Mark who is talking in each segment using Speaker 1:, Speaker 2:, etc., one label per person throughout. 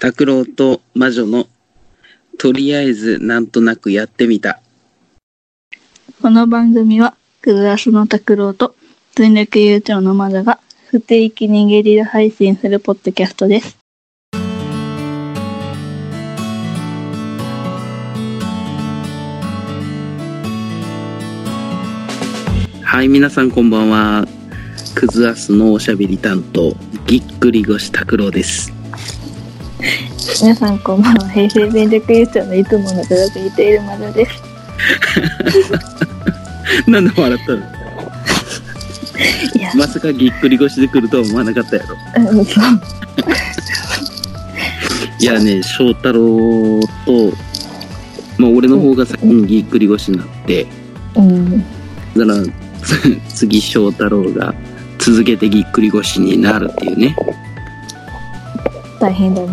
Speaker 1: 拓郎と魔女のとりあえずなんとなくやってみた。
Speaker 2: この番組は、クズアスの拓郎と、全力悠長の魔女が、不定期にゲリラ配信するポッドキャストです。
Speaker 1: はい、皆さんこんばんは。クズアスのおしゃべり担当、ぎっくり腰拓郎です。
Speaker 2: 皆さんこんばんは。平成全力悠長のいつもの努力に似ている魔女です。
Speaker 1: なんで笑ったの
Speaker 2: いや、
Speaker 1: まさかぎっくり腰で来るとは思わなかったやろ。
Speaker 2: うん、そう。
Speaker 1: いやね、翔太郎と、まあ俺の方が先にぎっくり腰になって、
Speaker 2: うん。
Speaker 1: だから つ次翔太郎が続けてぎっくり腰になるっていうね、
Speaker 2: 大変だね。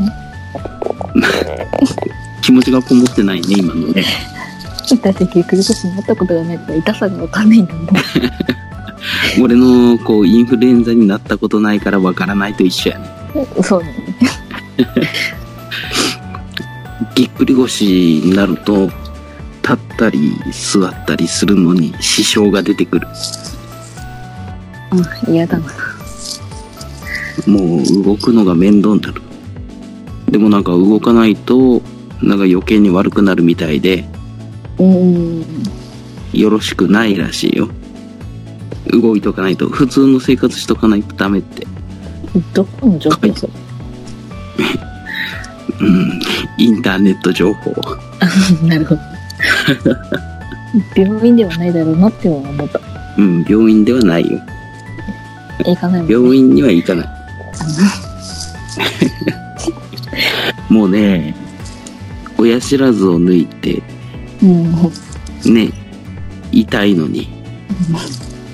Speaker 1: 気持ちがこもってないね、今のね。
Speaker 2: だってぎっくり腰になったことがないから痛さがわかんないんだもん。
Speaker 1: 俺のこうインフルエンザになったことないからわからないと一緒やね
Speaker 2: そうね。
Speaker 1: ぎっくり腰になると立ったり座ったりするのに支障が出てくる
Speaker 2: うん、嫌だな。
Speaker 1: もう動くのが面倒になるでもなんか動かないとなんか余計に悪くなるみたいで
Speaker 2: うん。
Speaker 1: よろしくないらしいよ動いとかないと普通の生活しとかないとダメって
Speaker 2: どこの情報それ
Speaker 1: うんインターネット情報
Speaker 2: なるほど。 病院ではないだろうなっては思った。
Speaker 1: うん病院ではないよ
Speaker 2: 行かないもん、ね。
Speaker 1: 病院には行かないもうね親知らずを抜いて
Speaker 2: うん。うん
Speaker 1: ね痛いのに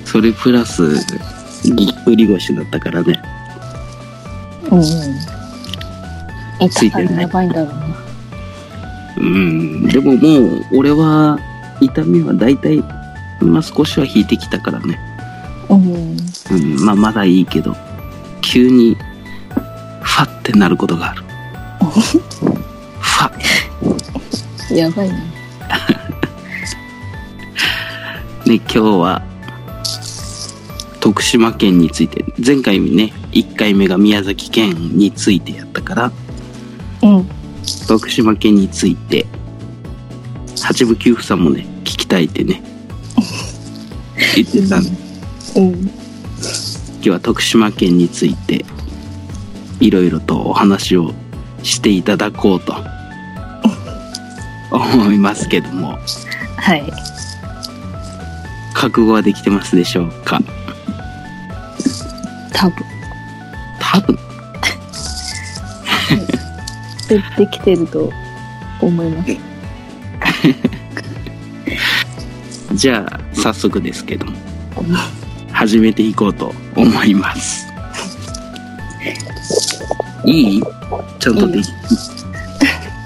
Speaker 1: それプラスぎっくり腰だったからね
Speaker 2: うん。痛
Speaker 1: つい
Speaker 2: さ
Speaker 1: て
Speaker 2: が
Speaker 1: るね
Speaker 2: やばいんだろうな。
Speaker 1: うんでももう俺は痛みは大体まあ少しは引いてきたからね、
Speaker 2: う
Speaker 1: う
Speaker 2: ん。
Speaker 1: ん、まあまだいいけど急にファッてなることがあるファッ
Speaker 2: やばいな。
Speaker 1: ね今日は徳島県について前回ね1回目が宮崎県についてやったから
Speaker 2: うん。
Speaker 1: 徳島県について八部九夫さんもね聞きたいってね言ってたんで
Speaker 2: うん。
Speaker 1: 今日は徳島県についていろいろとお話をしていただこうと思いますけども
Speaker 2: はい。
Speaker 1: 覚悟はできてますでしょうか
Speaker 2: 多分。
Speaker 1: 多分
Speaker 2: でできてると思います。
Speaker 1: じゃあ早速ですけども始めていこうと思いますいいちゃんとでき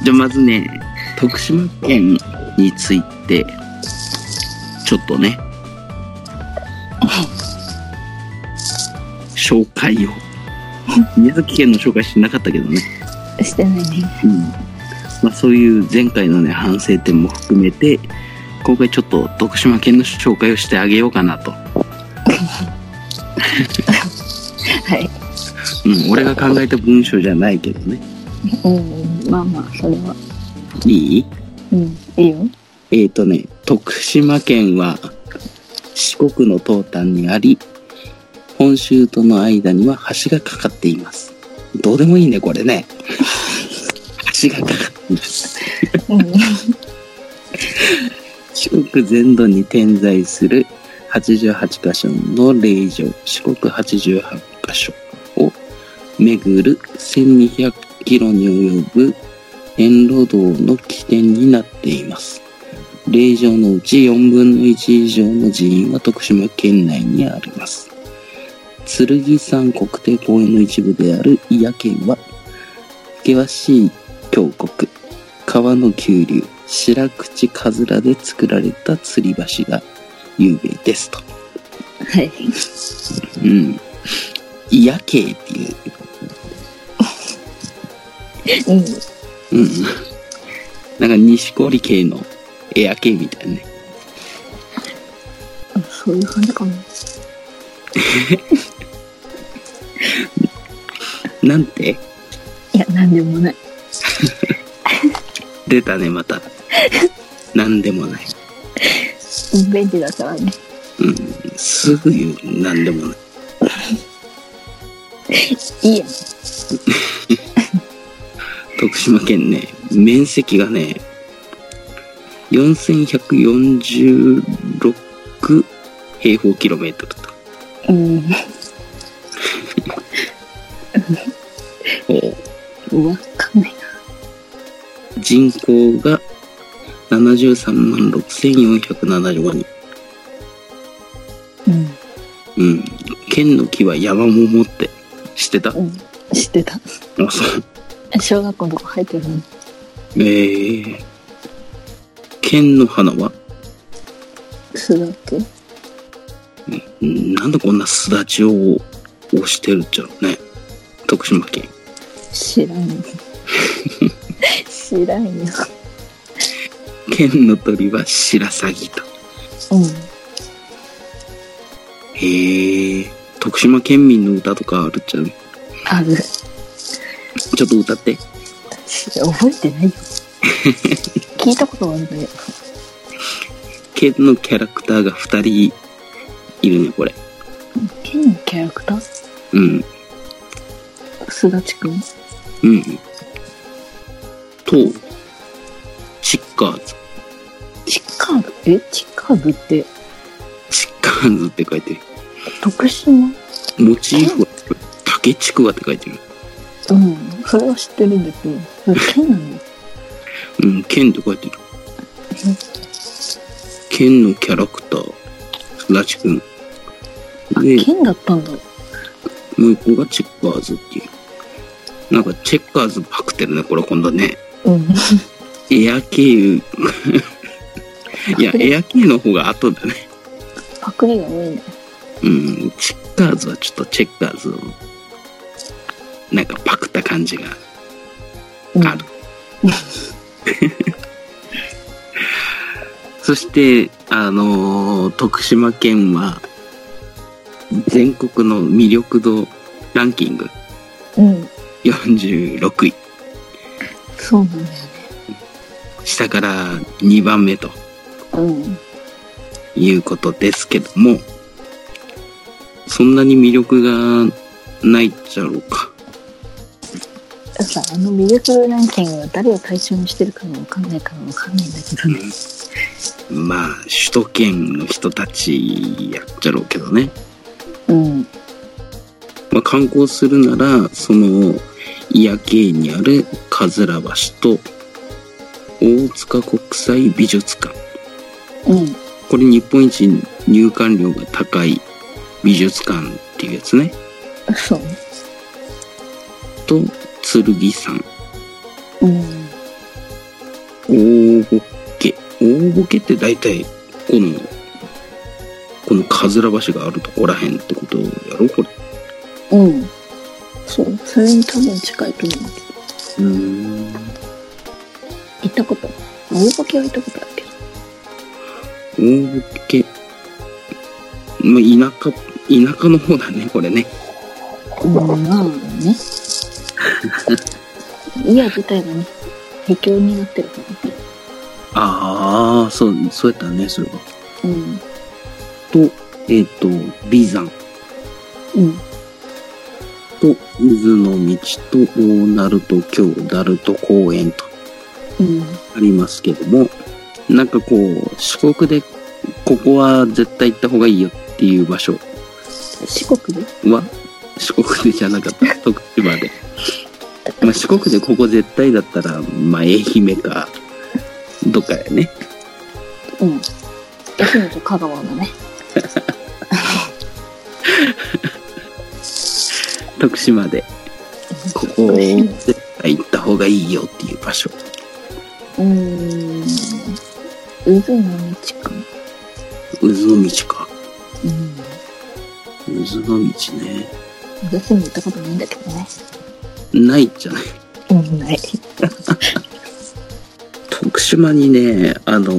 Speaker 1: じゃあまずね徳島県についてちょっとね紹介を宮崎県の紹介してなかったけどね、
Speaker 2: してないね。
Speaker 1: うんまあ、そういう前回のね反省点も含めて今回ちょっと徳島県の紹介をしてあげようかなと
Speaker 2: はい。
Speaker 1: うん、俺が考えた文章じゃないけどね。
Speaker 2: うん。まあまあ、それは。
Speaker 1: いい
Speaker 2: うん。いいよ。
Speaker 1: えっ、とね、徳島県は四国の東端にあり、本州との間には橋がかかっています。どうでもいいね、これね。橋がかかっています。
Speaker 2: うん。
Speaker 1: 四国全土に点在する88箇所の霊場、四国88箇所を巡る1200キロに及ぶ遠路道の起点になっています。霊場のうち4分の1以上の寺院は徳島県内にあります。剣山国定公園の一部である祖谷県は、険しい峡谷、川の急流白口かずらで作られた吊り橋が有名ですと。
Speaker 2: はい。
Speaker 1: うん。夜景っていう。
Speaker 2: うん。
Speaker 1: うん。なんか錦織系のエア系みたいなね。
Speaker 2: そういう感じかな。
Speaker 1: なんて
Speaker 2: いや、なんでもない。
Speaker 1: 出たね、また。 なんでもない。
Speaker 2: うん便利だからね。
Speaker 1: うん。すぐ言う、なんでもない。
Speaker 2: いいや。
Speaker 1: 徳島県ね、面積がね、4146平方キロメートルと。
Speaker 2: うん。
Speaker 1: おう
Speaker 2: わかんない
Speaker 1: 人口が73万6475人。
Speaker 2: な。
Speaker 1: うん。県の木は山桃って知ってたあ、
Speaker 2: うん。うん。知ってた。
Speaker 1: そう。
Speaker 2: 小学校のとこ入ってるのに。
Speaker 1: えー。県の花は
Speaker 2: すだけ
Speaker 1: うんなんでこんなすだちを押してるっちゃうね。徳島県。
Speaker 2: 知らんよ。 知らんよ。
Speaker 1: 県の鳥は白鷺と。
Speaker 2: う
Speaker 1: へえ。徳島県民の歌とかあるっちゃうね。
Speaker 2: ん。ある。
Speaker 1: ちょっと歌って。
Speaker 2: 覚えてない よ。聞いたことはあるんだよ。
Speaker 1: 県のキャラクターが二人いるね、これ。
Speaker 2: 変のキャラクター
Speaker 1: うん。
Speaker 2: すだちくん
Speaker 1: うん。と、チッカーズ。
Speaker 2: チカーブえチカーブって
Speaker 1: チッカーズって書いてる。
Speaker 2: 徳島
Speaker 1: モチーフは、竹ちくわって書いてる。
Speaker 2: うん。それは知ってるんだけど、それ剣なの
Speaker 1: うん、剣って書いてる。剣のキャラクター、ラチ君。
Speaker 2: あ、
Speaker 1: で、
Speaker 2: 剣だったんだ。
Speaker 1: もう一個がチェッカーズっていう。なんかチェッカーズパクってるね、これ今度ね。
Speaker 2: うん。
Speaker 1: エア系、いや、エア系の方が後だね。
Speaker 2: パクリが多いね。
Speaker 1: うん、チェッカーズはちょっとチェッカーズを、なんかパクった感じが
Speaker 2: うん
Speaker 1: ある。 そして、あのー徳島県は、全国の魅力度ランキング
Speaker 2: うん。
Speaker 1: 46位。
Speaker 2: そうなんだよね。
Speaker 1: 下から2番目と
Speaker 2: うん。
Speaker 1: いうことですけども、そんなに魅力がないっちゃろうか。
Speaker 2: さ、あの魅力ランキングは誰を対象にしてるかもわかんないからわかんないんだけどね。
Speaker 1: まあ、首都圏の人たちやっちゃろうけどね。
Speaker 2: うん。
Speaker 1: まあ、観光するならその祖谷系にある桂橋と大塚国際美術館
Speaker 2: うん。
Speaker 1: これ日本一入館料が高い美術館っていうやつね
Speaker 2: そうね。
Speaker 1: と剣山
Speaker 2: うん。
Speaker 1: 大ボケ大ボケって大体このこの桂橋があるとこらへんってことやろこれ
Speaker 2: うん。そう。それに多分近いと思うけど。
Speaker 1: うん
Speaker 2: 行ったことない。大ボケは行ったことあるけど。
Speaker 1: 大ボケまあ田舎田舎の方だねこれね
Speaker 2: うん、まあ ね。家自体がね、秘境になってるからね。
Speaker 1: ああ、そう、そうやったね、それは。
Speaker 2: うん。
Speaker 1: と、えっ、と、眉山
Speaker 2: うん。
Speaker 1: と、渦の道と、大鳴門京鳴門公園と
Speaker 2: うん。
Speaker 1: ありますけども、なんかこう、四国で、ここは絶対行った方がいいよっていう場所
Speaker 2: 四国で
Speaker 1: は、四国でじゃなかった、 徳島で。まあ、四国でここ絶対だったら、まあ、愛媛か、どっかやね。
Speaker 2: うん。愛媛と香川のね。
Speaker 1: 徳島で、ここを絶対行った方がいいよっていう場所。
Speaker 2: うーん。渦の道かな。
Speaker 1: 渦の道か。
Speaker 2: うん。
Speaker 1: 渦の道ね。
Speaker 2: 私に行ったことないんだけどね。
Speaker 1: ないじゃない。
Speaker 2: もうない。
Speaker 1: 徳島にね、あの、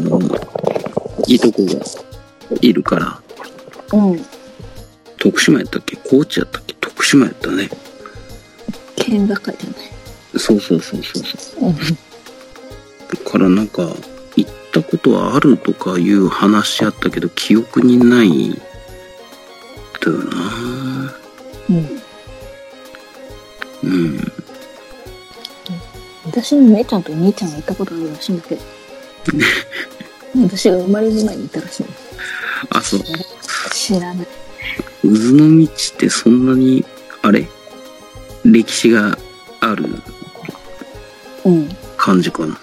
Speaker 1: いとこがいるから、
Speaker 2: うん。
Speaker 1: 徳島やったっけ高知やったっけ徳島やったね。
Speaker 2: 県境じ
Speaker 1: そうそうそうそうそう。
Speaker 2: ゃない。
Speaker 1: だからなんか、行ったことはあるとかいう話やったけど、記憶にないんだよな
Speaker 2: うん。うん。
Speaker 1: うん。
Speaker 2: 私の姉ちゃんと兄ちゃんが行ったことあるらしいんだけど。私が生まれる前にいたらしいんです。
Speaker 1: あ、そう。
Speaker 2: 知らない。
Speaker 1: 渦の道ってそんなに、あれ歴史がある
Speaker 2: うん。
Speaker 1: 感じかな。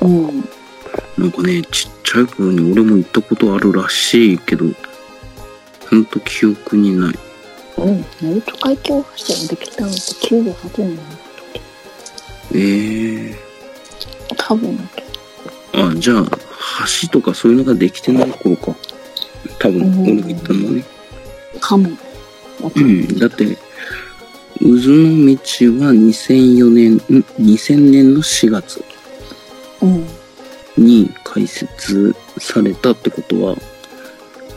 Speaker 2: うん。
Speaker 1: なんかね、ちっちゃい頃に俺も行ったことあるらしいけど、ほんと記憶にない。
Speaker 2: うん。鳴門海峡橋ができたのって98年なの
Speaker 1: ええ
Speaker 2: 多分だけ
Speaker 1: あ、じゃあ、橋とかそういうのができてない頃か。多分、俺が行ったのはね。
Speaker 2: ど。かも。
Speaker 1: うん、だって、渦の道は2004年、ん2000年の4月
Speaker 2: うん。
Speaker 1: に開設されたってことは、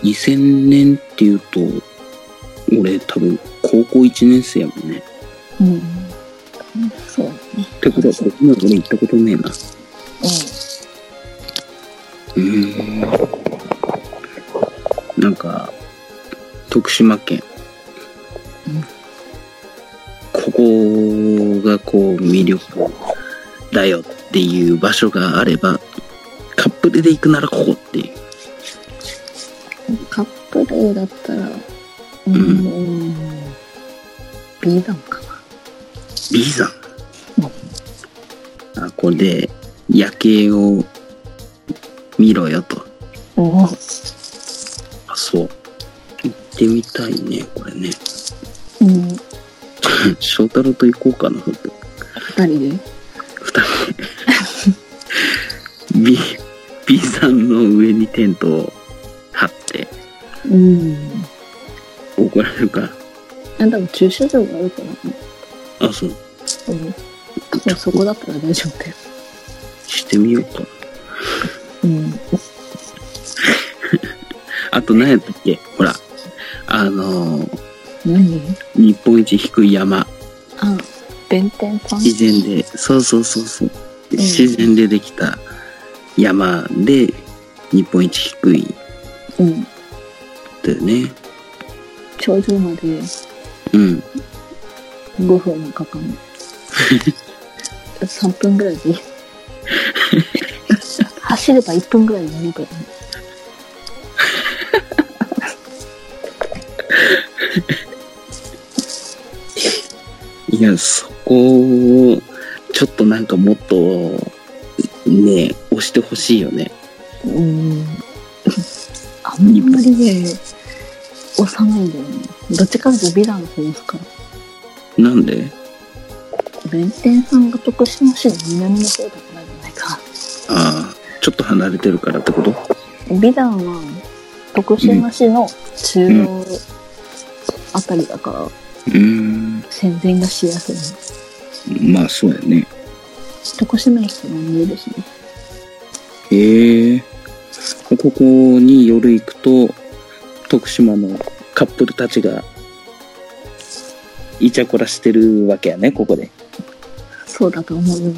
Speaker 1: 2000年っていうと、俺多分高校1年生やもんね。
Speaker 2: うん。そうね。
Speaker 1: ってことは、ここまで俺行ったことねえな。うーん。なんか、徳島県
Speaker 2: うん。
Speaker 1: ここがこう魅力だよっていう場所があれば、カップルで行くならここっていう。
Speaker 2: うん。カップルだったら、う
Speaker 1: うん
Speaker 2: ん。ビーガンかな。
Speaker 1: ビーザン。あ、これで夜景を見ろよと。
Speaker 2: うん。
Speaker 1: あ、そう。行ってみたいね、これね。
Speaker 2: うん。
Speaker 1: 翔太郎と行こうかな、ほんと。
Speaker 2: 二人で。
Speaker 1: 二人 B, B さんの上にテントを張って
Speaker 2: うん。
Speaker 1: 怒られるから
Speaker 2: あ、でも駐車場があるからね。
Speaker 1: あそう
Speaker 2: うん。でもそこだったら大丈夫だよ。
Speaker 1: してみようか
Speaker 2: うん。
Speaker 1: あと何やったっけほらあのー
Speaker 2: 何
Speaker 1: 日本一低い山
Speaker 2: あ、弁天さん
Speaker 1: 自然でそうそうそうそう
Speaker 2: うん
Speaker 1: 自然でできた山で日本一低いん
Speaker 2: うん。
Speaker 1: だよね
Speaker 2: 頂上まで
Speaker 1: うん
Speaker 2: 5分もかか んない。3分ぐらい でいい。走れば1分ぐらいでいいからね。
Speaker 1: いや、そこを、ちょっとなんかもっと、ね、押してほしいよね。
Speaker 2: うん。あんまりね、押さないんだよね。どっちかというとビラの方を押すから。
Speaker 1: なんで
Speaker 2: 弁天さんが徳島市の南の方だからじゃないか。
Speaker 1: ああ、ちょっと離れてるからってこと
Speaker 2: 美談は徳島市の中央あたりだから
Speaker 1: うーん、
Speaker 2: 宣伝がしやすい、
Speaker 1: まあそうやね。
Speaker 2: 徳島駅からも見えるしね
Speaker 1: へえ。ここに夜行くと、徳島のカップルたちが、イチャコラしてるわけやね、ここで。
Speaker 2: そうだと 思うよ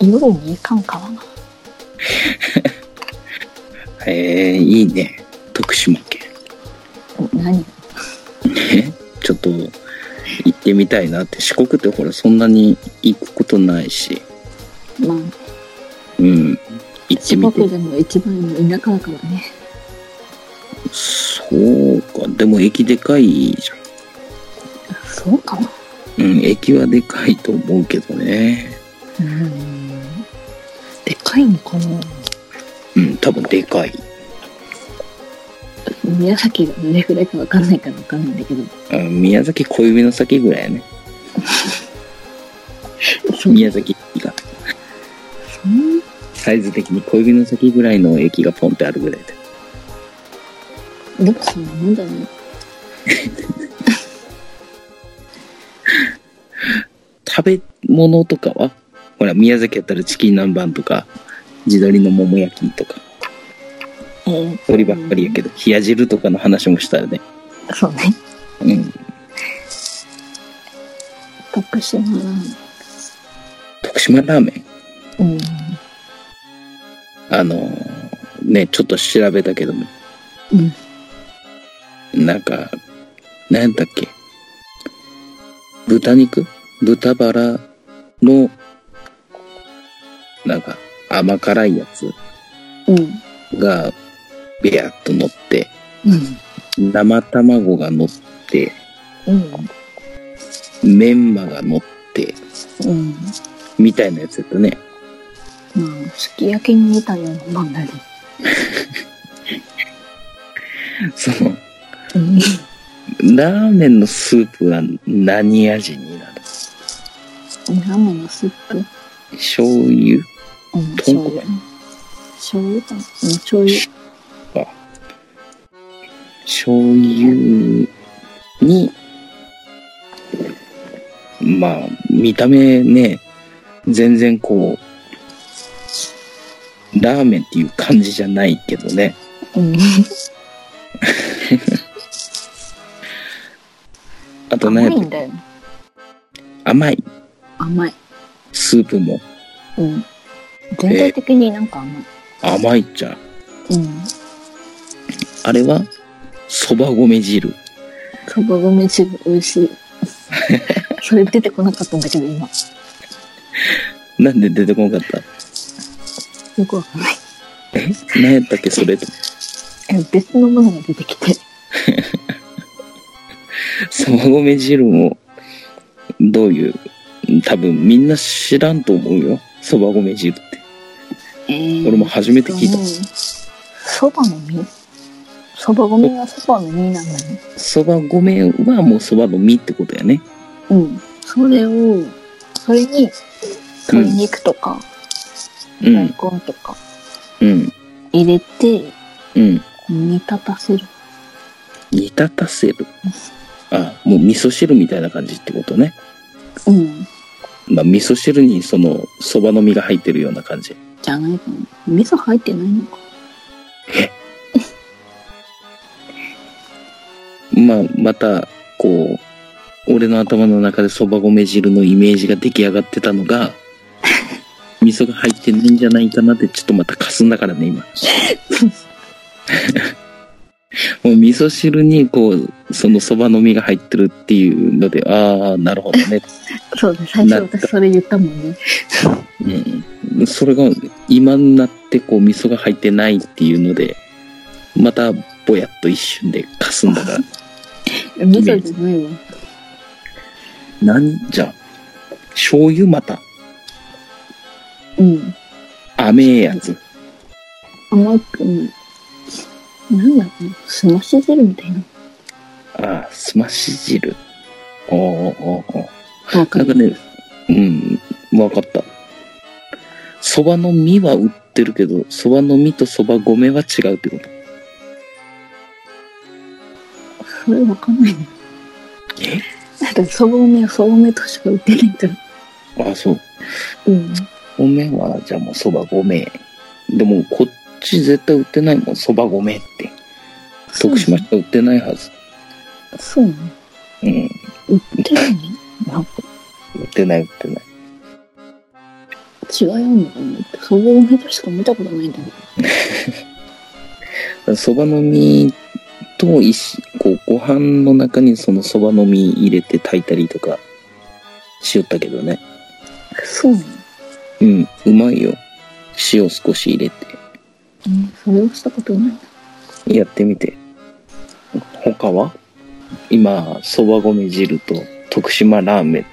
Speaker 2: 夜に行かんからな
Speaker 1: へえ、いいね。徳島県。
Speaker 2: 何
Speaker 1: ねちょっと行ってみたいなって四国ってほらそんなに行くことないし
Speaker 2: まあ
Speaker 1: うん行ってみ
Speaker 2: 四国
Speaker 1: て
Speaker 2: でも一番田舎だからね
Speaker 1: そうかでも駅でかいじ
Speaker 2: そうかな
Speaker 1: ゃんうん駅はでかいと思うけどね
Speaker 2: うんでかいのかな
Speaker 1: うん多分でかい
Speaker 2: 宮崎がどれくらいかわかんないからわかんないんだけど
Speaker 1: うん宮崎小指の先ぐらいやね
Speaker 2: そう
Speaker 1: 宮崎が
Speaker 2: そん
Speaker 1: サイズ的に小指の先ぐらいの駅がポンってあるぐらいで
Speaker 2: でもそんなもんだよね
Speaker 1: 食べ物とかはほら、宮崎やったらチキン南蛮とか、地鶏の桃焼きとか、
Speaker 2: えー
Speaker 1: 鳥ばっかりやけど、冷や汁とかの話もしたらね。
Speaker 2: そうね。
Speaker 1: うん。
Speaker 2: 徳島ラーメ
Speaker 1: 徳島ラーメン。
Speaker 2: ン。うん。
Speaker 1: あのーね、ちょっと調べたけども、
Speaker 2: うん。
Speaker 1: なんか、なんやったっけ豚肉豚バラの、なんか、甘辛いやつ
Speaker 2: うん。
Speaker 1: が、べやっと乗って、
Speaker 2: うん。
Speaker 1: 生卵が乗って、
Speaker 2: うん。
Speaker 1: メンマが乗って、
Speaker 2: うん。
Speaker 1: みたいなやつやったね。
Speaker 2: まあ、すき焼きに似たようなもんだね。
Speaker 1: その、
Speaker 2: うん。
Speaker 1: ラーメンのスープは何味になる
Speaker 2: ラーメンのスープ
Speaker 1: 醤油
Speaker 2: うん。
Speaker 1: 豚骨
Speaker 2: 醤油かなうん、醤油。
Speaker 1: 醤油に、まあ、見た目ね、全然こう、ラーメンっていう感じじゃないけどね。
Speaker 2: うん。
Speaker 1: あと
Speaker 2: 甘
Speaker 1: ね
Speaker 2: い、んだよね。
Speaker 1: 甘い
Speaker 2: 甘い。
Speaker 1: スープも
Speaker 2: うん。全体的になんか甘い。
Speaker 1: 甘いっちゃ。
Speaker 2: うん。
Speaker 1: あれは、そば米汁。
Speaker 2: そば米汁美味しい。それ出てこなかったんだけど、今。
Speaker 1: なんで出てこなかっ
Speaker 2: よくわかんない。
Speaker 1: た何やったっけそれと。
Speaker 2: え別のものが出てきて。
Speaker 1: そば米汁も、どういう、多分みんな知らんと思うよ。そば米汁って。
Speaker 2: えー
Speaker 1: 俺も初めて聞いた。
Speaker 2: そばの実そば米はそばの実なんだね。
Speaker 1: そば米はもうそばの実ってことやね。
Speaker 2: うん。それを、それに、鶏肉とか、
Speaker 1: う
Speaker 2: 大
Speaker 1: ん
Speaker 2: 根、とか
Speaker 1: うん、
Speaker 2: 入れて、
Speaker 1: うん。
Speaker 2: 煮立たせる。
Speaker 1: 煮立たせる。あ、もう味噌汁みたいな感じってことね。
Speaker 2: うん。
Speaker 1: まあ味噌汁にその、そばの実が入ってるような感じ。
Speaker 2: じゃないかな。味噌入ってないのか。
Speaker 1: まあ、また、こう、俺の頭の中でそば米汁のイメージが出来上がってたのが、 味噌が入ってないんじゃないかなって、ちょっとまたかすんだからね、今。 もう味噌汁に、こう、そのそばの実が入ってるっていうので、ああ、なるほどね。
Speaker 2: そうね。最初私それ言ったもんね。
Speaker 1: うん。それが、今になって、こう、味噌が入ってないっていうので、また、ぼやっと一瞬でかすんだ から、
Speaker 2: 味噌じゃないわ。
Speaker 1: 何じゃあ、醤油また、
Speaker 2: うん。
Speaker 1: 甘えやつ。
Speaker 2: 甘くない。なんだろうな。すまし汁みたいな。
Speaker 1: ああ、すまし汁。おーおーおー
Speaker 2: わか
Speaker 1: なんか
Speaker 2: る。
Speaker 1: ね、うん、わかった。そばの実は売ってるけど、そばの実とそば米は違うってこと。
Speaker 2: それわかんないね。
Speaker 1: え
Speaker 2: だって、そば米はそば米としか売ってないから。
Speaker 1: ああ、そう。
Speaker 2: うん。
Speaker 1: 米は、じゃあもうそば米。でも、こっち絶対売ってないもん、そば米って。徳島しか売ってないはず。
Speaker 2: そうなの
Speaker 1: うん、
Speaker 2: 売ってないのなんか
Speaker 1: 売ってない売ってない。
Speaker 2: 違いあんのかなって、そば米としか見たことないんだね。
Speaker 1: そばの実と一緒こうご飯の中にそのそばの実入れて炊いたりとかしよったけどね
Speaker 2: そうなの
Speaker 1: うんうまいよ塩少し入れて
Speaker 2: えーそれをしたことないな。
Speaker 1: やってみて他は今そば米汁と徳島ラーメン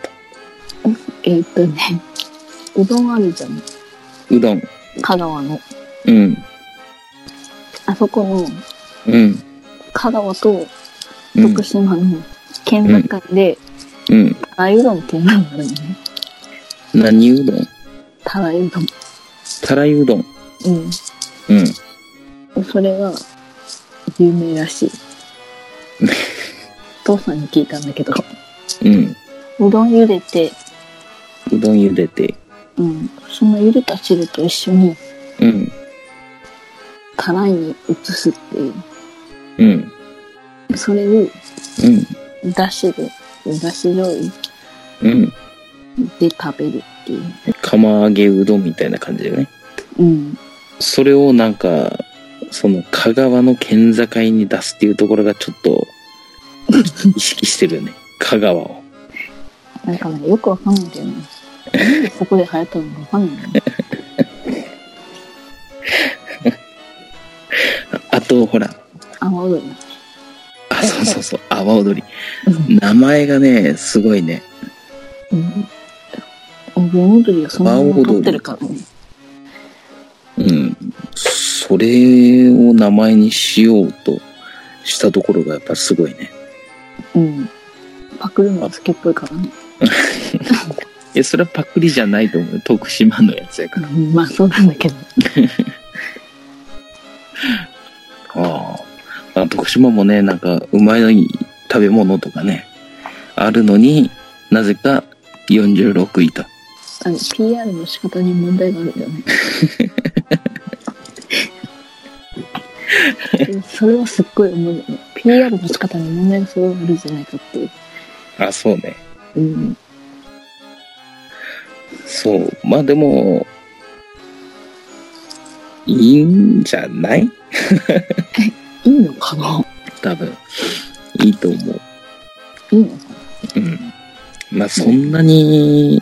Speaker 2: えーっとね、うどんあるじゃん。
Speaker 1: とうどん
Speaker 2: 香川の。
Speaker 1: うん
Speaker 2: あそこの、
Speaker 1: うん
Speaker 2: 香川と
Speaker 1: うん
Speaker 2: 徳島の県境で、
Speaker 1: うん
Speaker 2: たらいうどんっていうのがあるのね。
Speaker 1: 何うどん
Speaker 2: たらいうどん。
Speaker 1: たらいうどん
Speaker 2: う
Speaker 1: うん
Speaker 2: ん。それが、有名ら しい。お父さんに聞いたんだけど、
Speaker 1: うん
Speaker 2: うどん茹でて、
Speaker 1: うどん茹でて、
Speaker 2: うん、その茹でた汁と一緒に
Speaker 1: うん、
Speaker 2: たらいに移すってい
Speaker 1: うん、
Speaker 2: うそれを
Speaker 1: うん、
Speaker 2: だしでだし醤油
Speaker 1: うん。
Speaker 2: で食べるっていう
Speaker 1: 釜揚げうどんみたいな感じでね。
Speaker 2: うん
Speaker 1: それをなんか、その香川の県境に出すっていうところがちょっと意識してるよね。 香川を。
Speaker 2: なんかねよくわかんないんだよねなんでそこで流行ったのかわかんないんだよね
Speaker 1: あと、ほら、
Speaker 2: あまおるね
Speaker 1: あ、そうそうそう、阿波踊り。
Speaker 2: うん
Speaker 1: 名前がね、すごいね。
Speaker 2: うん盆踊りがそのまま取ってるからね
Speaker 1: うん。それを名前にしようとしたところがやっぱすごいね。
Speaker 2: うんパクるのは好きっぽいからね
Speaker 1: え、それはパクリじゃないと思うよ。徳島のやつやから。
Speaker 2: うんまあそうなんだけど
Speaker 1: ああ。あ徳島もね、なんか、うまい食べ物とかね、あるのになぜか46位と。
Speaker 2: あの PR の仕方に問題があるんだよ ね。それはすっごい思うよね。PR の仕方に問題がすごいあるんじゃないかっていう。
Speaker 1: あ、そうね。
Speaker 2: うん。
Speaker 1: そう。まあでも、いいんじゃない
Speaker 2: いいのかな
Speaker 1: 多分。いいと思う。
Speaker 2: いいのか
Speaker 1: うん。まあそんなに、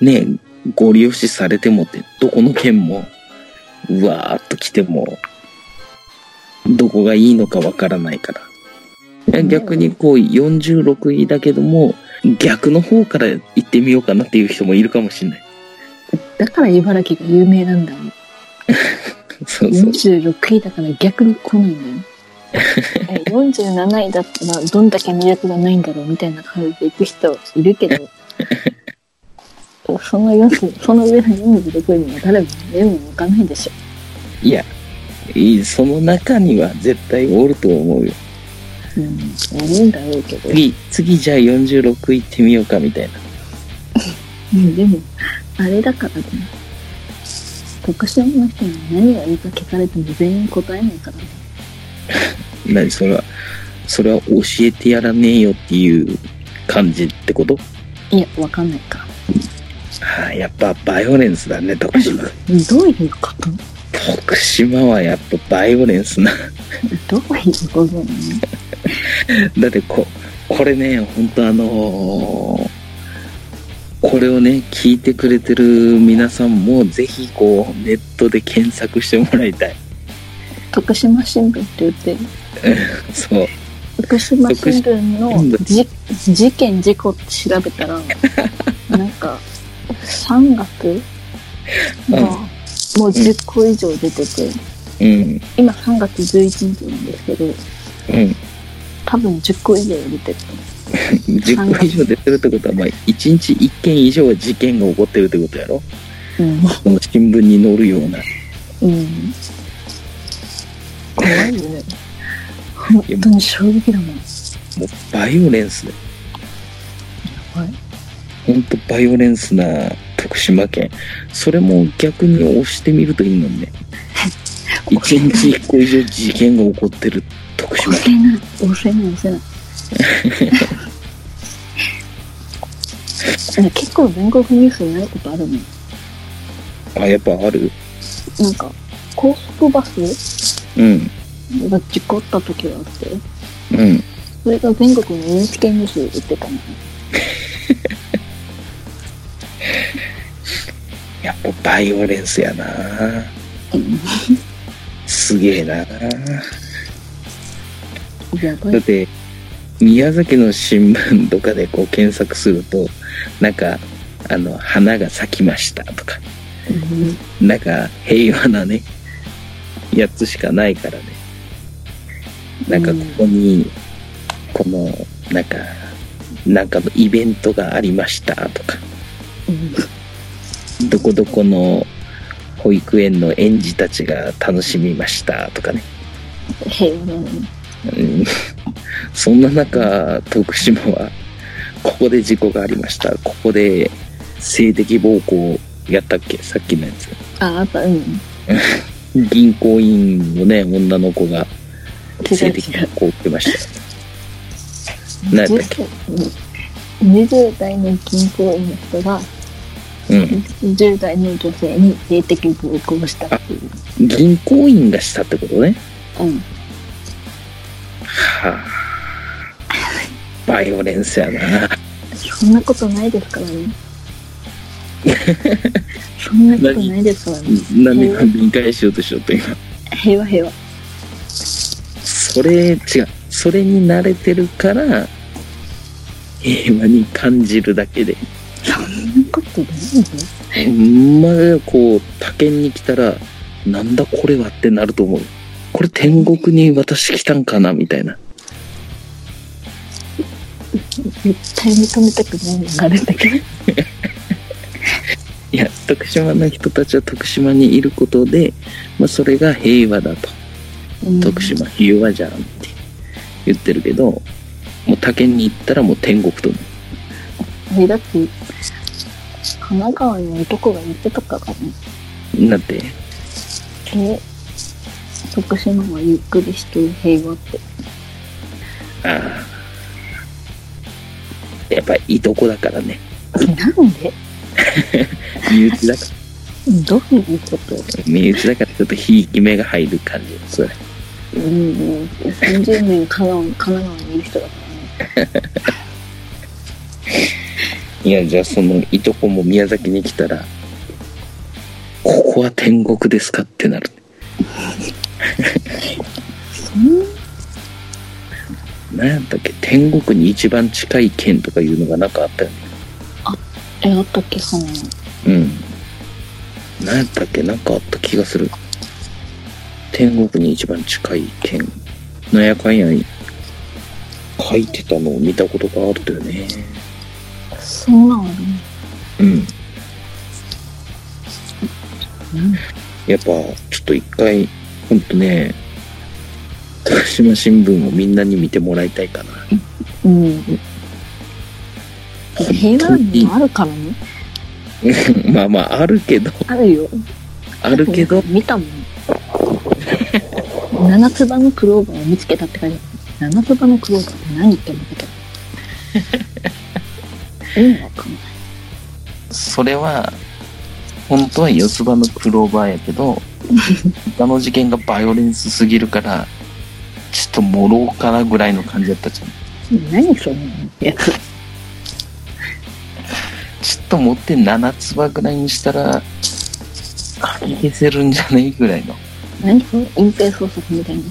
Speaker 1: ね、ご利用しされてもって、どこの県も、うわーっと来ても、どこがいいのかわからないから。
Speaker 2: な
Speaker 1: 逆に。こう46位だけども逆の方から行ってみようかなっていう人もいるかもしれない
Speaker 2: だから茨城が有名なんだよ。
Speaker 1: そうそう
Speaker 2: 46位だから逆に来ないんだ よね。え47位だったらどんだけ魅力がないんだろうみたいな感じで行く人いるけ ど、その四つその上の46位には誰も目も向かないでしょ。
Speaker 1: いやいいその中には絶対おると思うよ
Speaker 2: うん、いるんだろうけど、
Speaker 1: 次次じゃあ46行ってみようかみたいな
Speaker 2: うん、でもあれだからね徳島の人に何がいいか聞かれても全員答えないからね
Speaker 1: 何それはそれは教えてやらねえよっていう感じってこと
Speaker 2: いやわかんないか
Speaker 1: ああやっぱバイオレンスだね徳島
Speaker 2: どういうこと
Speaker 1: 徳島はやっぱバイオレンスな
Speaker 2: どういうことなの
Speaker 1: だってここれね本当あのーこれをね聞いてくれてる皆さんもぜひこうネットで検索してもらいたい
Speaker 2: 徳島新聞って言ってる
Speaker 1: そう
Speaker 2: 徳島新聞のじ事件事故って調べた らなんか3学がもう10個以上出てて、
Speaker 1: うん
Speaker 2: 今3月11日なんですけど
Speaker 1: うん
Speaker 2: 多分10個以上出てる
Speaker 1: 10個以上出てるってことは、まあ、1日1件以上は事件が起こってるってことやろ
Speaker 2: うん
Speaker 1: この新聞に載るような
Speaker 2: うん怖いよね。本当に衝撃だもん。や
Speaker 1: もうバイオレンスだよ
Speaker 2: ばい。
Speaker 1: 本当バイオレンスな徳島県それも逆に押してみるといいのにね1日1個以上事件が起こってる徳島
Speaker 2: 押
Speaker 1: 県
Speaker 2: せない、押せない、押せない。なんか結構全国ニュースになることあるね。
Speaker 1: あやっぱある
Speaker 2: なんか、高速バス
Speaker 1: うん
Speaker 2: が事故った時があって、
Speaker 1: うん
Speaker 2: それが全国の NHK ニュースで言ってたのね。
Speaker 1: やっぱバイオレンスやな
Speaker 2: うん
Speaker 1: すげえな
Speaker 2: やば
Speaker 1: だっ
Speaker 2: い。
Speaker 1: て宮崎の新聞とかでこう検索するとなんかあの花が咲きましたとか
Speaker 2: うん
Speaker 1: なんか平和なねやつしかないからねなんかここに、このなんかなんかのイベントがありましたとか
Speaker 2: うん
Speaker 1: どこどこの保育園の園児たちが楽しみましたとかね、
Speaker 2: 平和なのに。
Speaker 1: うん、 そんな中徳島はここで事故がありましたここで性的暴行やったっけさっきのやつ
Speaker 2: あ、あった、うん。
Speaker 1: 銀行員のね女の子が
Speaker 2: 違う
Speaker 1: 性的
Speaker 2: 違
Speaker 1: 暴
Speaker 2: う。
Speaker 1: 行を受けました何やったっけ
Speaker 2: 20代の銀行員の人が
Speaker 1: うん
Speaker 2: 10代の女性に性的暴行をしたっていう。
Speaker 1: 銀行員がしたってことね
Speaker 2: うん。
Speaker 1: はあバイオレンスやな
Speaker 2: そんなことないですからね。そんなことないですからね。
Speaker 1: 何で見返しようとしようと今
Speaker 2: 平和平和。
Speaker 1: それ違うそれに慣れてるから平和に感じるだけで
Speaker 2: そんなことないですよ。
Speaker 1: うんまあこう他県に来たらなんだこれはってなると思うこれ天国に私来たんかなみたいな
Speaker 2: 絶対認めたくないのがあるんだけど。
Speaker 1: いや徳島の人たちは徳島にいることで、まあ、それが平和だと
Speaker 2: うん
Speaker 1: 徳。島平和じゃんって言ってるけどもう他県に行ったらもう天国と思
Speaker 2: え、だって、神奈川に男が言ってたからね。
Speaker 1: うなって
Speaker 2: え、徳島はゆっくりしてる平和って。
Speaker 1: ああやっぱいいとこだからね
Speaker 2: なんで
Speaker 1: 身内だか
Speaker 2: どういうこと
Speaker 1: ら身内だからちょっとひいき目が入る感じそれ
Speaker 2: うん、30年神奈川神奈川にいる人だからね。
Speaker 1: いやじゃあそのいとこも宮崎に来たらここは天国ですかってなる
Speaker 2: そんな
Speaker 1: 何やったっけ天国に一番近い県とかいうのがなんかあったよね
Speaker 2: え、あったっけそんなの。
Speaker 1: うん何やったっけなんかあった気がする天国に一番近い県なんやかんや書いてたのを見たことがあったよね
Speaker 2: そんなのあるね。
Speaker 1: うん
Speaker 2: うん
Speaker 1: やっぱちょっと一回ほんとね徳島新聞をみんなに見てもらいたいかな
Speaker 2: うん。平和にもあるからね。
Speaker 1: まあまああるけど
Speaker 2: あるよ。
Speaker 1: あるけど
Speaker 2: 見たもん。七つ葉のクローバーを見つけたって感じ。七つ葉のクローバーって何って思った けど。意味わかんない。
Speaker 1: それは本当は四つ葉のクローバーやけど他の事件がバイオレンスすぎるからちょっともろうかなぐらいの感じやったじゃん
Speaker 2: 何そのやつ。
Speaker 1: ちょっと持って七つ葉ぐらいにしたらかき消せるんじゃないぐらいの
Speaker 2: 何その隠蔽捜索みたい な。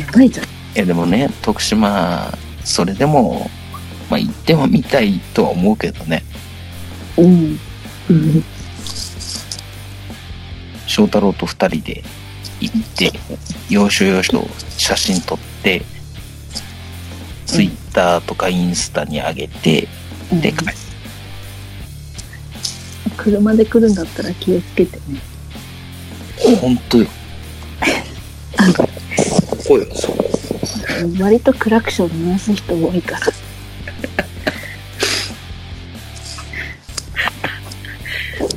Speaker 2: やばいじゃん。
Speaker 1: いやでもね徳島それでもまあ行ってはみたいとは思うけどね
Speaker 2: うん。
Speaker 1: 翔太郎と二人で行って要所要所写真撮ってツイッターとかインスタに上げて、でかい
Speaker 2: 車で来るんだったら気をつけてね。
Speaker 1: 本当よここよそこ
Speaker 2: 割とクラクション鳴らす人多いから。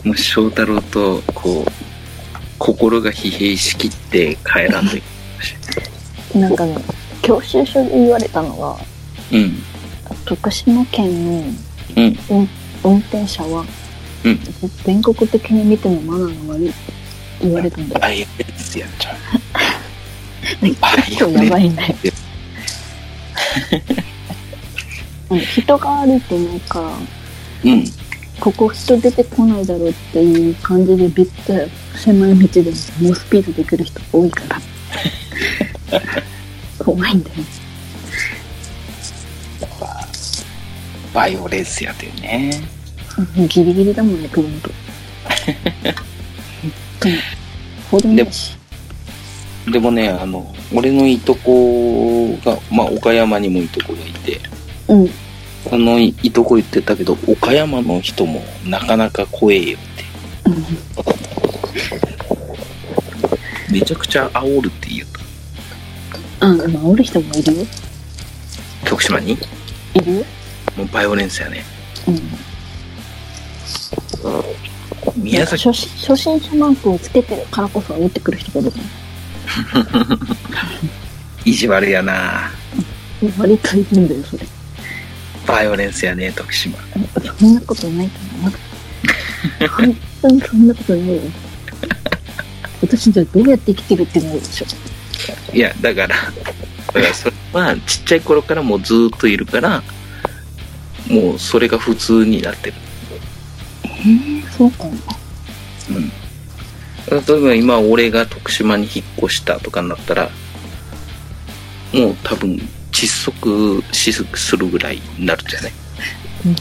Speaker 1: もう翔太郎とこう心が疲弊しきって帰らんとい
Speaker 2: なんかね、教習所で言われたのが、
Speaker 1: うん
Speaker 2: 徳島県の
Speaker 1: うん
Speaker 2: 運運転者は、
Speaker 1: うん
Speaker 2: 全国的に見てもマナーが悪いって言われたんだよ。
Speaker 1: バイオレンスやっちゃう
Speaker 2: 人やばい んだよ
Speaker 1: で。
Speaker 2: うん人が歩いてないから、
Speaker 1: うん
Speaker 2: ここ人出てこないだろうっていう感じでびったり狭い道でも猛スピードで来る人多いから 怖いんだよ
Speaker 1: バイオレンスやでね
Speaker 2: ギリギリだもんね車とでもこうでもないし
Speaker 1: でもねあの俺のいとこがまあ岡山にもいとこがいて
Speaker 2: うん
Speaker 1: あのいいとこ言ってたけど岡山の人もなかなか怖えよってめちゃくちゃ煽るって言う
Speaker 2: あ、まあ、おる人もいるよ
Speaker 1: と徳島に
Speaker 2: いるよ
Speaker 1: もうバイオレンスやね。
Speaker 2: うん
Speaker 1: 宮崎、
Speaker 2: 初心初心者マークをつけてるからこそ打ってくる人がいるか
Speaker 1: 意地悪やな。
Speaker 2: ら割といるんだよそれ
Speaker 1: バイオレンスやね、徳島。
Speaker 2: そんなことないと思う本当にそんなことないよ私じゃあどうやって生きてるってなるでしょ
Speaker 1: いや、だから、 だからそれはちっちゃい頃からもうずーっといるから、もうそれが普通になってる。
Speaker 2: そうかな
Speaker 1: 例えば今俺が徳島に引っ越したとかになったら、もう多分窒息しするぐらいになるんじゃない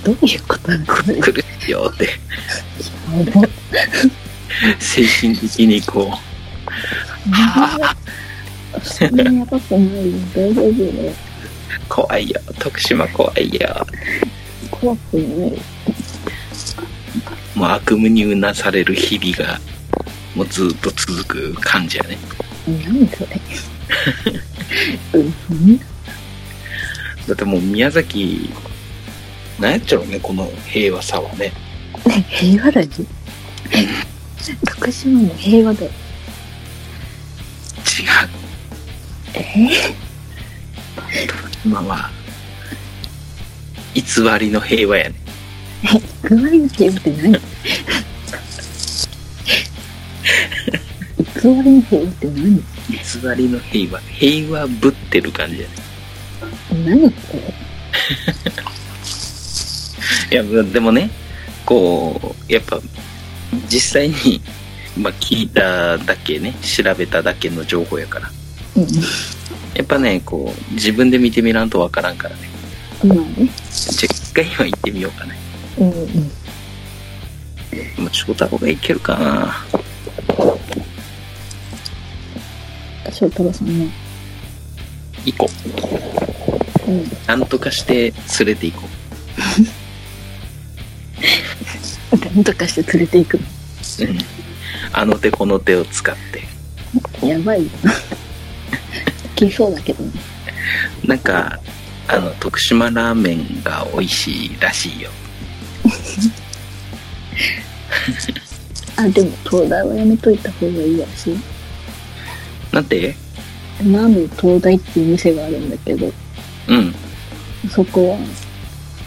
Speaker 2: どういうことなのこれ
Speaker 1: 苦しいよって、
Speaker 2: もう
Speaker 1: 精神的にこ
Speaker 2: そんなやばくないよ大丈夫だよ
Speaker 1: う、怖いよ、徳島怖いよ。
Speaker 2: 怖くないよ
Speaker 1: もう悪夢にうなされる日々が、もうずーっと続く感じやね。
Speaker 2: 何それうんそんな
Speaker 1: だってもう宮崎、なんやっちゃろうね、この平和さはね。
Speaker 2: 平和だよ徳島も平和だよ
Speaker 1: 違う。
Speaker 2: えー
Speaker 1: 今は、偽りの平和やね。
Speaker 2: 具合の平和って何偽りの平和って何
Speaker 1: 偽りの平和。平和ぶってる感じやね。
Speaker 2: 何これ
Speaker 1: いや、でもね、こう、やっぱ、実際に、まあ聞いただけね、調べただけの情報やから。
Speaker 2: う
Speaker 1: やっぱね、こう、自分で見てみらんとわからんからね。
Speaker 2: んまあね
Speaker 1: じゃあ一回は行ってみようかね。
Speaker 2: うんうん
Speaker 1: もう翔太郎がいけるかな。
Speaker 2: 翔太郎さんね
Speaker 1: 行こう。
Speaker 2: うん
Speaker 1: なんとかして連れて行こ
Speaker 2: 何とかして連れていく
Speaker 1: う。うん あの手この手を使って。
Speaker 2: のやばいよな来そうだけどね
Speaker 1: なんか、あの、徳島ラーメンが美味しいらしいよ。
Speaker 2: あでも東大はやめといた方がいいらしい
Speaker 1: なんて
Speaker 2: ラーメン東大っていう店があるんだけど
Speaker 1: うん。
Speaker 2: そこは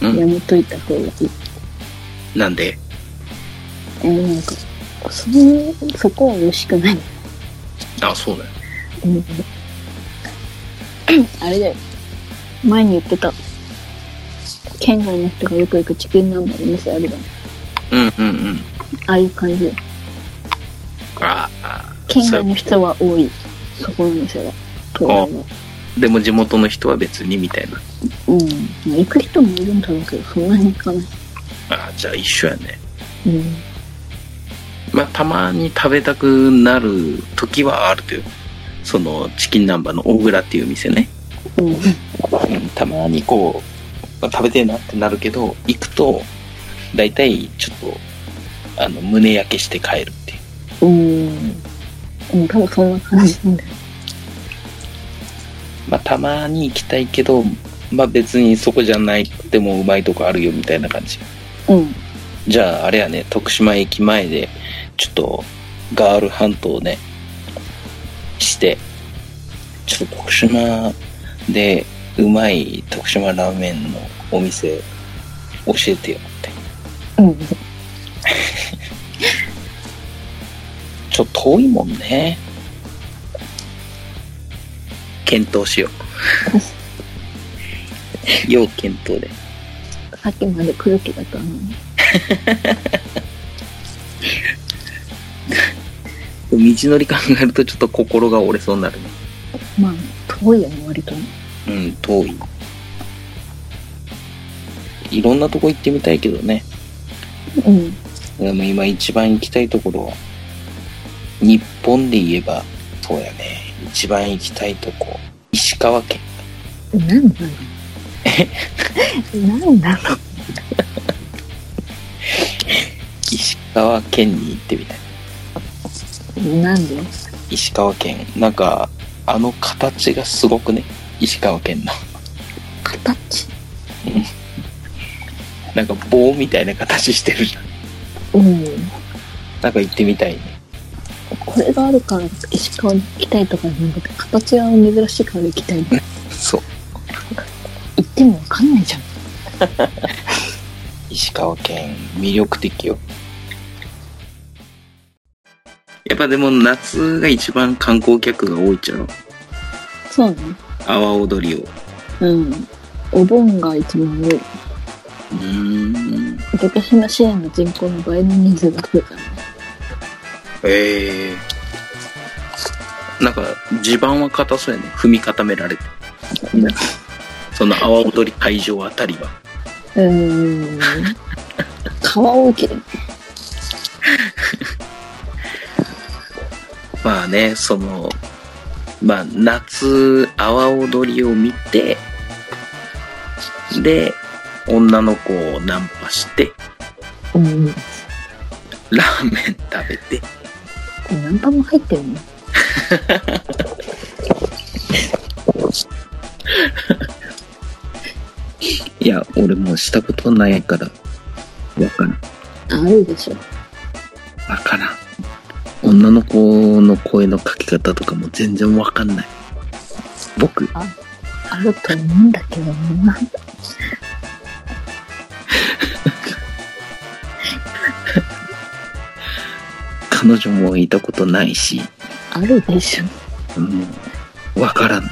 Speaker 1: うん
Speaker 2: やめといた方がいい、
Speaker 1: なんで
Speaker 2: えー、なんかそのそこは美味しくない
Speaker 1: あ、そうだよ。
Speaker 2: うんあれだよ前に言ってた県外の人がよく行くチキン南蛮の店あるじゃん
Speaker 1: うんうんうん。
Speaker 2: ああいう感じ
Speaker 1: ああ。
Speaker 2: 県外の人は多いそこの店は東大は
Speaker 1: でも地元の人は別にみたいな。
Speaker 2: うんまあ行く人もいるんだろうけどそんなに行かない
Speaker 1: ああ、じゃあ一緒やね。
Speaker 2: うん
Speaker 1: まあ、たまに食べたくなる時はあるけど、その、チキン南蛮の大蔵っていう店ね。
Speaker 2: うん
Speaker 1: うんたまにこう、まあ食べてえなってなるけど、行くと、大体ちょっと、あの、胸焼けして帰るっていう。
Speaker 2: うんうん多分そんな感じなんだよ
Speaker 1: まあ、たまに行きたいけど、まあ別にそこじゃないでもうまいとこあるよみたいな感じ。
Speaker 2: うん
Speaker 1: じゃああれやね、徳島駅前で、ちょっと、ガール半島ね、して、ちょっと徳島でうまい徳島ラーメンのお店教えてよって。
Speaker 2: うん
Speaker 1: ちょっと遠いもんね。検討し よう。要検討で。
Speaker 2: さっきまで空気だったのに
Speaker 1: 道のり考えるとちょっと心が折れそうになるね。
Speaker 2: まあ遠いよね割とね
Speaker 1: うん、遠い。いろんなとこ行ってみたいけどね。
Speaker 2: うん
Speaker 1: でも今一番行きたいところは、日本で言えば、そうやね。一番行きたいとこ、石川県。
Speaker 2: なんなのなんなの
Speaker 1: 石川県に行ってみたい。
Speaker 2: なんで
Speaker 1: 石川県。なんか、あの形がすごくね。石川県の。
Speaker 2: 形
Speaker 1: なんか棒みたいな形してるじゃ ん。
Speaker 2: うん。
Speaker 1: なんか行ってみたいね。
Speaker 2: これがあるから石川に行きたいとかじゃなくて、形は珍しいから行きたい。行
Speaker 1: そう。
Speaker 2: ってもわかんないじゃん。
Speaker 1: 石川県、魅力的よ。やっぱでも夏が一番観光客が多いじゃろ。
Speaker 2: そうね。
Speaker 1: 阿波踊りを。
Speaker 2: うん。お盆が一番多い。
Speaker 1: うーん。
Speaker 2: 竹島支援の人口の倍の人数が来るからね。
Speaker 1: ええなんか、地盤は硬そうやね。踏み固められて。その阿波踊り会場あたりは。
Speaker 2: うーん。川を受ける。
Speaker 1: まあね、その、まあ、夏、阿波踊りを見て、で、女の子をナンパして、
Speaker 2: うん。
Speaker 1: ラーメン食べて、
Speaker 2: これナンパも入ってるね。
Speaker 1: いや、俺もうしたことないから、わからん。
Speaker 2: あるでしょ。
Speaker 1: わからん。女の子の声のかけ方とかも全然わかんない。僕、
Speaker 2: あると思うんだけどな。
Speaker 1: 彼女もいたことないし、
Speaker 2: あるでしょ。
Speaker 1: うん、わからん。も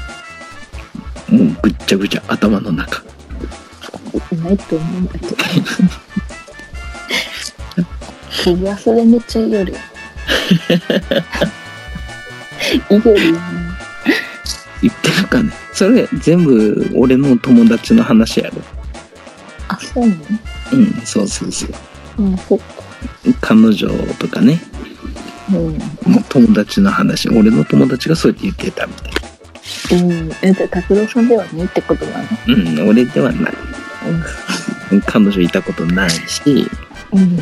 Speaker 1: うぐっちゃぐちゃ頭の中。
Speaker 2: ないと思うんだけど。日暮それめっちゃいい夜。いい夜やな。
Speaker 1: 言ってるかねそれ全部俺の友達の話やろ。
Speaker 2: あ、そうなの
Speaker 1: うん、そうそうそう。
Speaker 2: うん、そっか。
Speaker 1: 彼女とかね、
Speaker 2: うん。
Speaker 1: 友達の話。俺の友達がそうやって言ってたみたい。
Speaker 2: うん。え、じゃあ拓郎さんではないってことなの
Speaker 1: うん、俺ではない。彼女いたことないし、
Speaker 2: うん。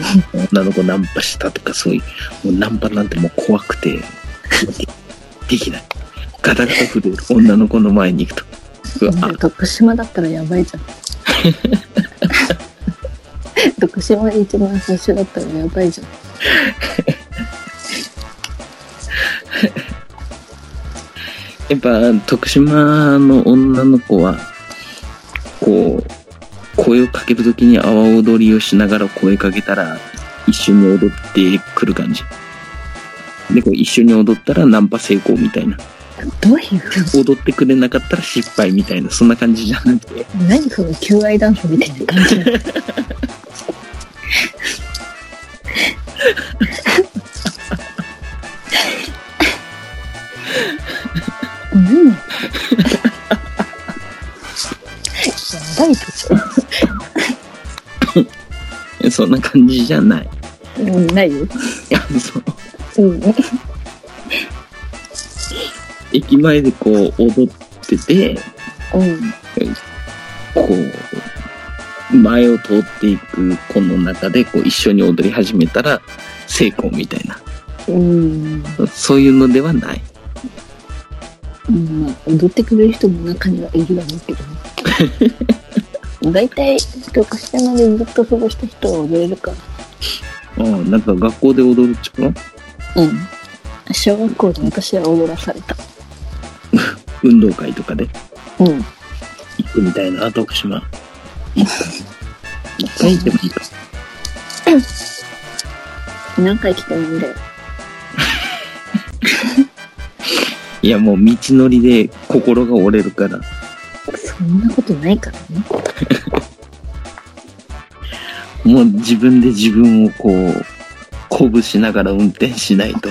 Speaker 1: 女の子ナンパしたとかそういう、もうナンパなんてもう怖く て、できない。ガタガタ震える女の子の前に行くと。うわ
Speaker 2: 徳島だったらやばいじゃん徳島で一番最初だったらやばいじゃん
Speaker 1: やっぱ徳島の女の子はこう声をかけるときに阿波踊りをしながら声かけたら一緒に踊ってくる感じでこう一緒に踊ったらナンパ成功みたいな
Speaker 2: どういう
Speaker 1: 踊ってくれなかったら失敗みたいなそんな感じじゃなくて
Speaker 2: 何その求愛ダンスみたいな感じ何やばいでしょ
Speaker 1: そんな感じじゃないい
Speaker 2: うんないよ、
Speaker 1: やそう
Speaker 2: うん、
Speaker 1: 駅前でこう踊ってて
Speaker 2: うん。
Speaker 1: こう前を通っていく子の中でこう一緒に踊り始めたら成功みたいな
Speaker 2: うん。
Speaker 1: そういうのではない。
Speaker 2: うんまあ、踊ってくれる人も中にはいるだろうけどね。大体、徳島でずっと過ごした人は踊れるか
Speaker 1: うん、なんか学校で踊るっちゃうの
Speaker 2: ら。うん。小学校で私は踊らされた。
Speaker 1: 運動会とかで
Speaker 2: うん。
Speaker 1: 行くみたいな、徳島。一回行ってもいいか。
Speaker 2: 何回来てもいいんだよ。
Speaker 1: いや、もう道のりで心が折れるから。
Speaker 2: そんなことないからね。
Speaker 1: もう自分で自分をこう、鼓舞しながら運転しない と。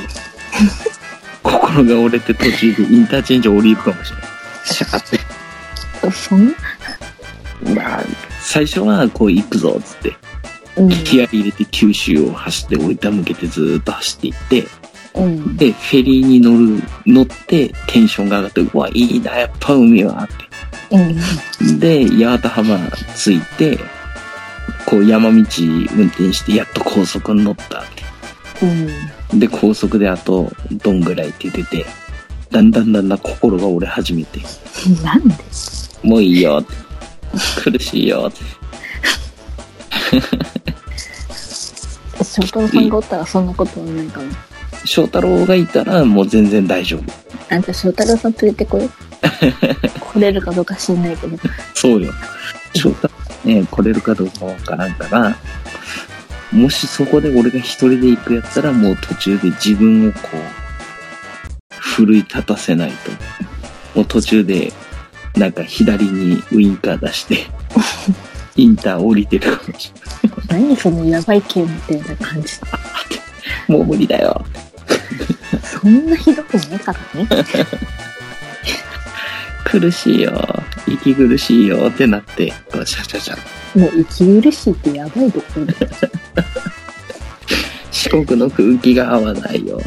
Speaker 1: 心が折れて途中でインターチェンジ降りるかもしれない。シャーって。
Speaker 2: そん
Speaker 1: まあ、最初はこう行くぞっつって、
Speaker 2: うん。
Speaker 1: 気合い入れて九州を走って追いた向けてずーっと走っていって、
Speaker 2: うん。
Speaker 1: で、フェリーに乗る、乗って、テンションが上がって、うわ、いいな、やっぱ海は、っ
Speaker 2: うん。
Speaker 1: て。で、八幡浜着いて、こう山道運転して、やっと高速に乗ったって。
Speaker 2: うん。
Speaker 1: で、高速であと、どんぐらいって出て、だんだんだんだん心が折れ始めて、
Speaker 2: なんで
Speaker 1: もういいよって、苦しいよって。
Speaker 2: え翔太郎さんがおったらそんなことはないかも。
Speaker 1: 翔太郎がいたらもう全然大丈夫。
Speaker 2: あんた翔太郎さん連れてこ よ。来れるかどうか知んないけど。
Speaker 1: そうよ。翔太郎ね、来れるかどうかわからんから、もしそこで俺が一人で行くやったらもう途中で自分をこう、奮い立たせないと。もう途中で、なんか左にウインカー出して、インター降りてるかもしれない
Speaker 2: 何そのやばい系みたいな感じ。
Speaker 1: もう無理だよ。
Speaker 2: そんなひどくないから ね。
Speaker 1: 苦しいよ息苦しいよってなってこうシャシャシャ
Speaker 2: もう息苦しいってやばいところだよ。
Speaker 1: 四国の空気が合わないよ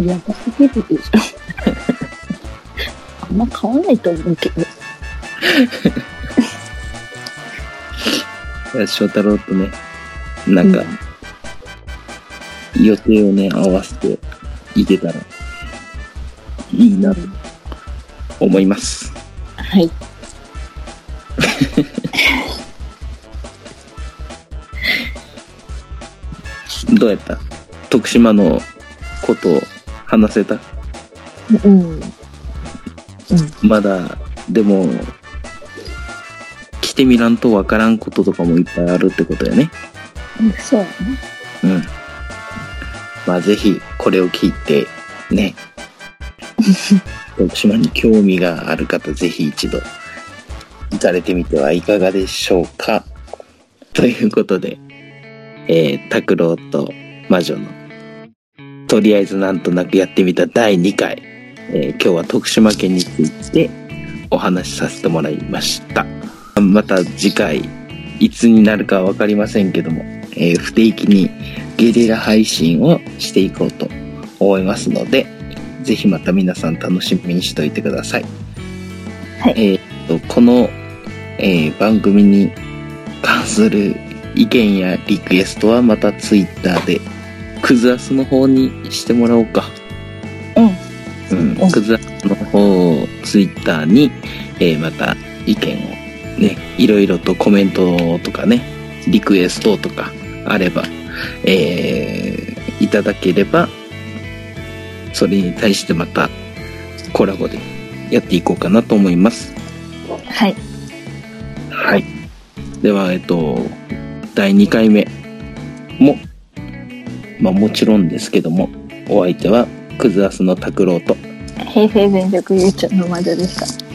Speaker 2: やばすぎるでしょ。 あんま買わないと思うけど。
Speaker 1: 翔太郎とねなんか、予定をね合わせていけたらいいなと思います
Speaker 2: はい。
Speaker 1: どうやった徳島のことを話せた
Speaker 2: うん。
Speaker 1: まだでも来てみらんとわからんこととかもいっぱいあるってことやね
Speaker 2: そうやね。
Speaker 1: うん。まあ、ぜひ、これを聞いて、ね。徳島に興味がある方、ぜひ一度、行かれてみてはいかがでしょうか。ということで、えー、拓郎と魔女の、とりあえずなんとなくやってみた第2回、えー今日は徳島県についてお話しさせてもらいました。また次回、いつになるかわかりませんけども、えー不定期にゲリラ配信をしていこうと思いますので、ぜひまた皆さん楽しみにしておいてください。
Speaker 2: はい
Speaker 1: えーっと、この、えー番組に関する意見やリクエストはまたツイッターで、クズアスの方にしてもらおうか。うん。
Speaker 2: うん
Speaker 1: クズアスの方をツイッターに、えーまた意見をね、いろいろとコメントとかね、リクエストとかあれば、えーいただければ、それに対してまたコラボでやっていこうかなと思います。
Speaker 2: はい。
Speaker 1: はい。では、えっと、第2回目も、まあもちろんですけども、お相手は、クズアスの拓郎と、
Speaker 2: 平成全力 YouTube の魔女でした。